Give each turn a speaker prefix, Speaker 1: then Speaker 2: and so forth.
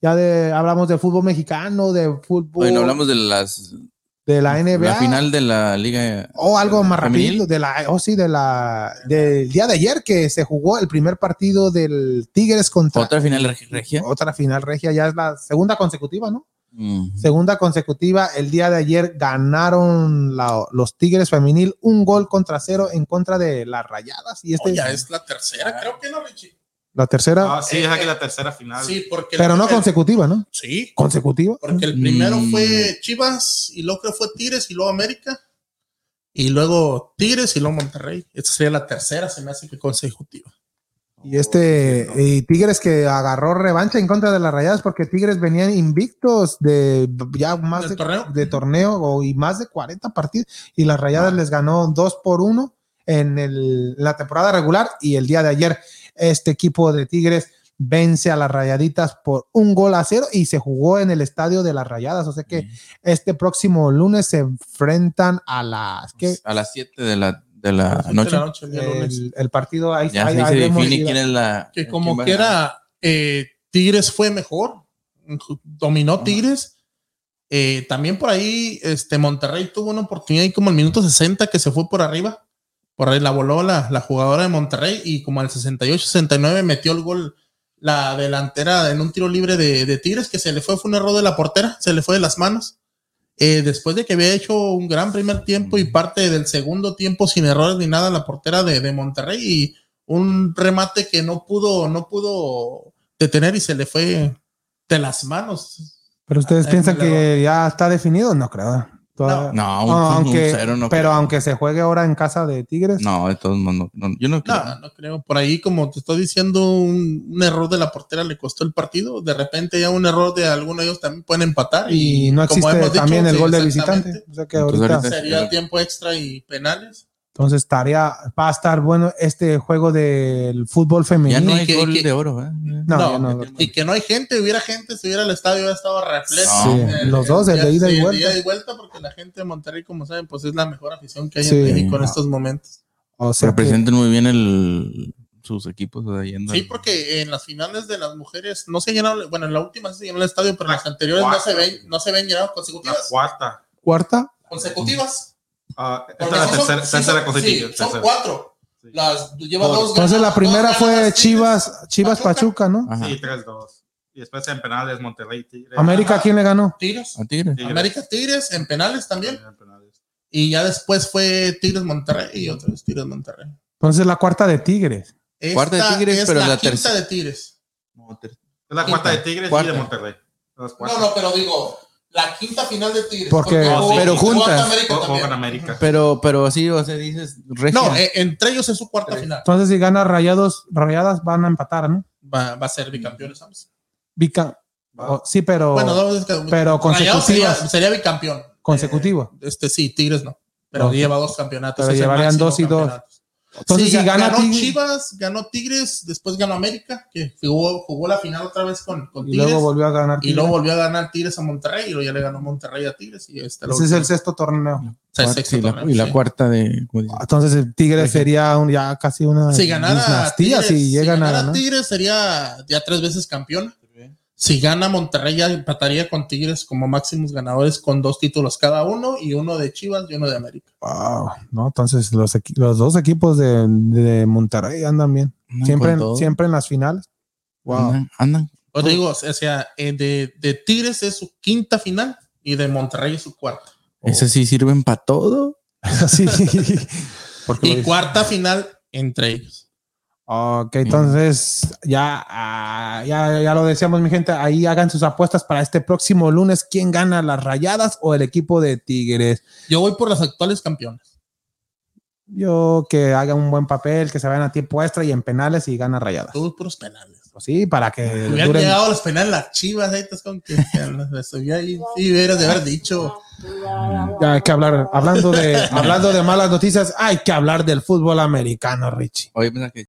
Speaker 1: Ya de, hablamos de fútbol mexicano, de fútbol.
Speaker 2: Bueno, hablamos de las
Speaker 1: de la NBA.
Speaker 2: la final de la liga.
Speaker 1: O algo más
Speaker 2: femenil.
Speaker 1: rápido, de la, oh sí, de la, del día de ayer que se jugó el primer partido del Tigres contra
Speaker 2: Otra final reg- regia.
Speaker 1: otra final regia, ya es la segunda consecutiva, ¿no?
Speaker 2: Mm.
Speaker 1: Segunda consecutiva, el día de ayer ganaron la- los Tigres femenil un gol contra cero en contra de las Rayadas y este
Speaker 3: No, ya es la tercera, creo que no, Richie.
Speaker 1: la tercera,
Speaker 4: Ah, sí, es aquí la tercera final.
Speaker 3: eh, Sí, porque.
Speaker 1: pero
Speaker 3: el-
Speaker 1: no
Speaker 3: el-
Speaker 1: consecutiva, ¿no?
Speaker 3: Sí,
Speaker 1: Consecutiva.
Speaker 3: porque el primero
Speaker 2: Mm.
Speaker 3: fue Chivas y luego creo fue Tigres y luego América. Y luego Tigres y luego Monterrey. Esta sería la tercera, se me hace que consecutiva.
Speaker 1: Y este y Tigres que agarró revancha en contra de las Rayadas porque Tigres venían invictos de ya más
Speaker 3: ¿Del
Speaker 1: de
Speaker 3: torneo?
Speaker 1: de torneo o- y más de 40 partidos y las Rayadas les ganó 2 por 1 en el- la temporada regular y el día de ayer este equipo de Tigres vence a las Rayaditas por un gol a cero y se jugó en el estadio de las Rayadas, o sea que este próximo lunes se enfrentan a las que
Speaker 2: A las 7 de la, de
Speaker 1: Ah,
Speaker 2: la
Speaker 3: Siete de
Speaker 2: noche.
Speaker 3: la noche, el día
Speaker 1: Eh,
Speaker 3: lunes.
Speaker 1: el, el partido ahí,
Speaker 2: Ya
Speaker 1: ahí-
Speaker 2: ahí se
Speaker 1: ahí vemos
Speaker 2: define
Speaker 1: si-
Speaker 2: quién es la.
Speaker 3: que
Speaker 2: quién va
Speaker 3: como
Speaker 2: a ganar.
Speaker 3: quiera, eh, Tigres fue mejor, dominó Tigres. Eh, también por ahí, este Monterrey tuvo una oportunidad ahí como el minuto 60 que se fue por arriba. Por ahí la voló la, la jugadora de Monterrey y como al 68-69 metió el gol la delantera en un tiro libre de, de Tigres que se le fue, fue un error de la portera, se le fue de las manos. Eh, después de que había hecho un gran primer tiempo
Speaker 1: Mm.
Speaker 3: y parte del segundo tiempo sin errores ni nada la portera de, de Monterrey y un remate que no pudo, no pudo detener y se le fue de las manos.
Speaker 1: Pero ustedes
Speaker 3: Ah,
Speaker 1: piensan
Speaker 3: ahí me la
Speaker 1: que ya está definido, no creo. Toda-
Speaker 2: No,
Speaker 1: Ah,
Speaker 2: un,
Speaker 1: aunque,
Speaker 2: aunque, cero no.
Speaker 1: pero
Speaker 2: creo.
Speaker 1: aunque se juegue ahora en casa de Tigres,
Speaker 2: No, de todos modos, no, no, yo no creo.
Speaker 3: No, no creo. Por ahí, como te estoy diciendo, un, un error de la portera le costó el partido. De repente ya un error de alguno de ellos también pueden empatar.
Speaker 1: y no
Speaker 3: como
Speaker 1: existe
Speaker 3: hemos dicho,
Speaker 1: también el
Speaker 3: sí,
Speaker 1: gol de
Speaker 3: exactamente.
Speaker 1: visitante. O sea que
Speaker 2: Entonces,
Speaker 1: ahorita,
Speaker 2: ahorita-
Speaker 3: Sería tiempo extra y penales.
Speaker 1: entonces estaría, va a estar bueno este juego del fútbol femenino.
Speaker 2: ya no hay
Speaker 3: que-
Speaker 2: gol
Speaker 3: que-
Speaker 2: de oro, ¿eh?
Speaker 1: No,
Speaker 3: no,
Speaker 1: ya no.
Speaker 3: Y que no hay gente, hubiera gente, si hubiera el estadio, hubiera estado repleto.
Speaker 2: Sí,
Speaker 1: los dos, el de ida y
Speaker 3: sí, el
Speaker 1: vuelta.
Speaker 3: ida y vuelta, porque la gente de Monterrey, como saben, pues es la mejor afición que hay
Speaker 1: Sí.
Speaker 3: en México en
Speaker 2: No.
Speaker 3: estos momentos.
Speaker 1: O
Speaker 2: Se
Speaker 1: sea que-
Speaker 2: representan muy bien el, sus equipos. o sea, yendo
Speaker 3: Sí,
Speaker 2: al-
Speaker 3: porque en las finales de las mujeres no se llenaron, bueno, en la última sí se llenó el estadio, pero en las anteriores no
Speaker 4: cuatro.
Speaker 3: se ven, no se ven llenados
Speaker 4: La
Speaker 3: consecutivas.
Speaker 4: cuarta.
Speaker 1: cuarta,
Speaker 3: Consecutivas.
Speaker 4: Ah, esta es
Speaker 3: Porque
Speaker 4: la
Speaker 3: sí son-
Speaker 4: tercera,
Speaker 3: sí
Speaker 4: tercera
Speaker 3: son-
Speaker 4: consecutiva.
Speaker 3: sí, son
Speaker 4: tercera.
Speaker 3: cuatro.
Speaker 4: Sí.
Speaker 3: Las lleva dos.
Speaker 1: entonces
Speaker 3: ganadas,
Speaker 1: la primera
Speaker 3: dos
Speaker 1: fue
Speaker 3: ganadas,
Speaker 1: Chivas, Chivas Pachuca, ¿no?
Speaker 2: Ajá.
Speaker 4: Sí, 3-2. Y después en penales, Monterrey,
Speaker 3: Ah,
Speaker 4: Tigres.
Speaker 1: América, ¿quién le ganó?
Speaker 3: Tigres.
Speaker 2: A Tigres.
Speaker 4: Tigres.
Speaker 3: América Tigres en penales también.
Speaker 4: En penales.
Speaker 3: Y ya después fue Tigres Monterrey y otra vez Tigres Monterrey.
Speaker 1: Entonces la cuarta de Tigres.
Speaker 3: Esta
Speaker 2: Cuarta de Tigres,
Speaker 3: es
Speaker 2: pero
Speaker 3: la,
Speaker 2: la
Speaker 3: quinta
Speaker 2: tercera.
Speaker 3: de Tigres.
Speaker 4: Es la cuarta de Tigres
Speaker 2: Cuarta.
Speaker 4: y de Monterrey. Las cuatro.
Speaker 3: No, no, pero digo, la quinta final de Tigres.
Speaker 1: Porque-
Speaker 3: jugó-
Speaker 4: Pero
Speaker 3: jugó
Speaker 2: juntas.
Speaker 3: hasta América
Speaker 4: Juego- juego
Speaker 3: también.
Speaker 4: Ah, con América.
Speaker 2: Pero, pero así, o sea, dices. regia.
Speaker 3: No, eh, entre ellos es su cuarta final.
Speaker 1: Entonces si gana Rayados, Rayadas van a empatar, ¿no?
Speaker 3: Va, va a ser bicampeones ambos.
Speaker 1: Bica-
Speaker 4: Va.
Speaker 1: o- sí, pero
Speaker 3: Bueno, no, es que-
Speaker 1: Oh. pero
Speaker 3: Rayados sería,
Speaker 1: consecutivas.
Speaker 3: sería bicampeón.
Speaker 1: consecutivo.
Speaker 3: Eh, este sí, Tigres no. Pero
Speaker 1: Ok.
Speaker 3: lleva dos campeonatos.
Speaker 1: Pero
Speaker 3: es el
Speaker 1: llevarían
Speaker 3: máximo
Speaker 1: dos y dos.
Speaker 3: campeonato.
Speaker 1: Entonces
Speaker 3: Sí,
Speaker 1: si
Speaker 3: ga-
Speaker 1: gana
Speaker 3: ganó
Speaker 1: Tigres
Speaker 3: Chivas, ganó Tigres, después ganó América, que jugó, jugó la final otra vez con, con
Speaker 1: y
Speaker 3: Tigres.
Speaker 1: luego volvió a ganar
Speaker 3: y
Speaker 1: Tigres.
Speaker 3: luego volvió a ganar Tigres a Monterrey y luego ya le ganó Monterrey a Tigres. Y este
Speaker 1: Pues Ese es el sexto torneo.
Speaker 2: y la, y la cuarta de. ¿cómo dices?
Speaker 1: Entonces el Tigres
Speaker 2: Ejemplo.
Speaker 1: sería un- ya casi una
Speaker 3: Si ganara
Speaker 1: dinastía
Speaker 3: Tigres,
Speaker 1: si llegan
Speaker 3: si
Speaker 1: a
Speaker 3: ganara
Speaker 1: ganar.
Speaker 3: Tigres sería ya tres veces campeón. Si gana Monterrey ya empataría con Tigres como máximos ganadores con dos títulos cada uno y uno de Chivas y uno de América.
Speaker 1: Wow, ¿no? Entonces los, equi- los dos equipos de, de Monterrey andan bien.
Speaker 2: Andan
Speaker 1: Siempre
Speaker 2: con
Speaker 1: en,
Speaker 2: todo.
Speaker 1: siempre en las finales. Wow.
Speaker 2: Andan, andan.
Speaker 3: Os Pues digo, o sea, eh, de, de Tigres es su quinta final y de Monterrey es su cuarta.
Speaker 2: Esas sí sirven para todo.
Speaker 1: sí. Porque lo
Speaker 3: Y
Speaker 1: dice.
Speaker 3: cuarta final entre ellos.
Speaker 1: Ok, entonces ya, ah, ya, ya lo decíamos, mi gente. Ahí hagan sus apuestas para este próximo lunes. ¿Quién gana las rayadas o el equipo de Tigres?
Speaker 3: Yo voy por las actuales campeones.
Speaker 1: Yo que haga un buen papel, que se vayan a tiempo extra y en penales y gana rayadas. Pues
Speaker 3: Todos puros penales.
Speaker 1: Sí, para que
Speaker 3: Hubieran
Speaker 1: duren-
Speaker 3: llegado a los penales las chivas, ahí estás con que las subía ahí. Sí, hubieras de haber dicho.
Speaker 1: Ya hay que hablar, hablando de, hablando de malas noticias, hay que hablar del fútbol americano, Richie.
Speaker 2: Oye, pensaba que